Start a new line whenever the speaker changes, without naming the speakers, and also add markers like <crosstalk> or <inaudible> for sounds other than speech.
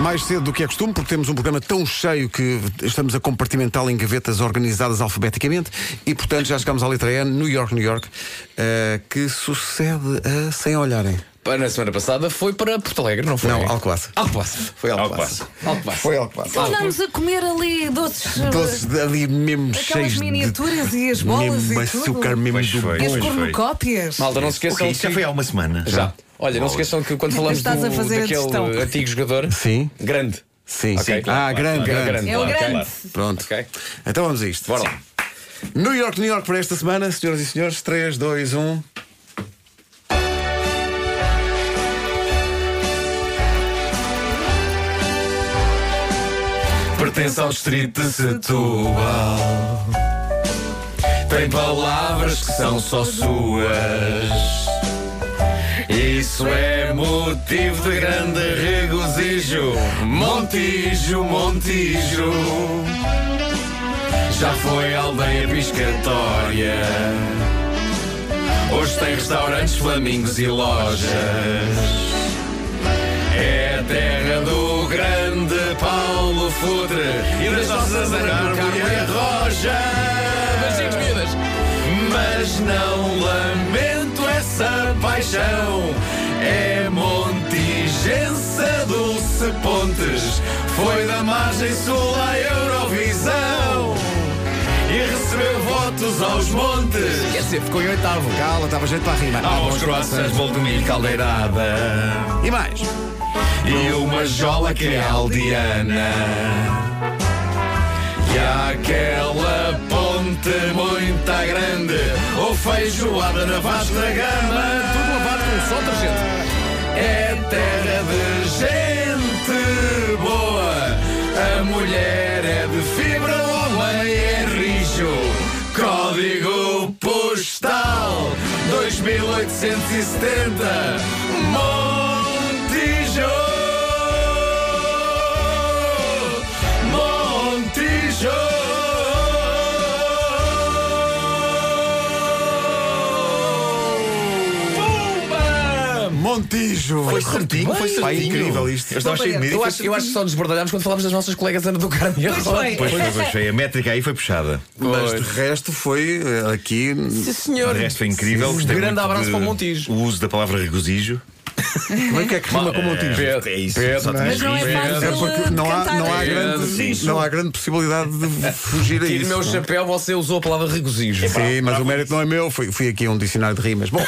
Mais cedo do que é costume, porque temos um programa tão cheio que estamos a compartimentá-lo em gavetas organizadas alfabeticamente e, portanto, já chegamos à letra N, New York, New York, eh, que sucede a sem olharem.
Para- Na semana passada foi para Porto Alegre, não foi?
Não, Alcobaça.
Alcobaça.
Foi
Alcobaça.
Ah, Alcobaça.
Foi Alcobaça.
Nós andámos a comer ali doces. eh,
Doces de ali mesmo
Aquelas
cheios de-
miniaturas e as bolas
mesmo
e tudo.
açúcar, mesmo
Pois
do
foi.
E as
Pois foi.
cornucópias.
Malta, não se
é
Ok,
esqueçam
isto já
que-
foi há uma semana.
Já. Olha, não se esqueçam que
<laughs>
quando falamos do,
Estás a fazer a digestão.
daquele antigo jogador.
Sim.
Grande.
Sim,
Ok,
sim.
claro,
ah,
claro,
grande,
claro,
grande.
É o
Claro,
grande.
claro.
Pronto.
Ok.
Então vamos a isto.
Bora lá.
New York, New York para esta semana, senhoras e senhores. um. 3, 2, 1.
Pertence ao distrito de Setúbal. Tem palavras que são só suas. Isso é motivo de grande regozijo. Montijo, Montijo. Já foi aldeia piscatória. Hoje tem restaurantes, flamingos e lojas. É a terra do grande Paulo Futre e das nossas árvores e a roja. Beijinhos, miúdas. Mas não lamento essa paixão. É Montigença Dulce Pontes. Foi da margem sul à Eurovisão. E recebeu votos aos montes.
Quer dizer, ficou em oitavo. Ah,
Cala, estava gente para rima.
Aos croissants, bolo de milho, caldeirada.
E mais?
E uma jola que é aldeana E há aquela ponte muito grande Ou feijoada na Vasco da Gama
Tudo lavado com só detergente.
É terra de gente boa A mulher é de fibra, o homem é rijo Código postal 2870 Montijo Montijo Pumba!
Montijo. Foi
certinho, foi
Pá,
certinho.
incrível isto.
Eu estava cheio de medo.
Eu acho, eu acho que só nos bordalhámos quando falámos das nossas colegas Ana do Carmo e a Rosa.
foi.
Pois foi, pois foi. A métrica aí foi puxada.
Mas de resto foi eh, aqui.
Sim, senhor.
O resto foi é incrível. Gostei
Grande
muito
abraço
de-
para o Montijo.
O uso da palavra regozijo.
Como é que é que rima com Montijo?
Pedro,
É isso.
Pedro,
só
não é?
tinhas
Mas não é
rimas.
fácil.
É porque não há, não, há
Cantar.
grande,
Regozijo.
não há grande possibilidade de fugir a
Tire
isso.
meu
não é?
chapéu, você usou a palavra regozijo.
Sim, mas o mérito não é meu. Fui, fui aqui a um dicionário de rimas. Bom.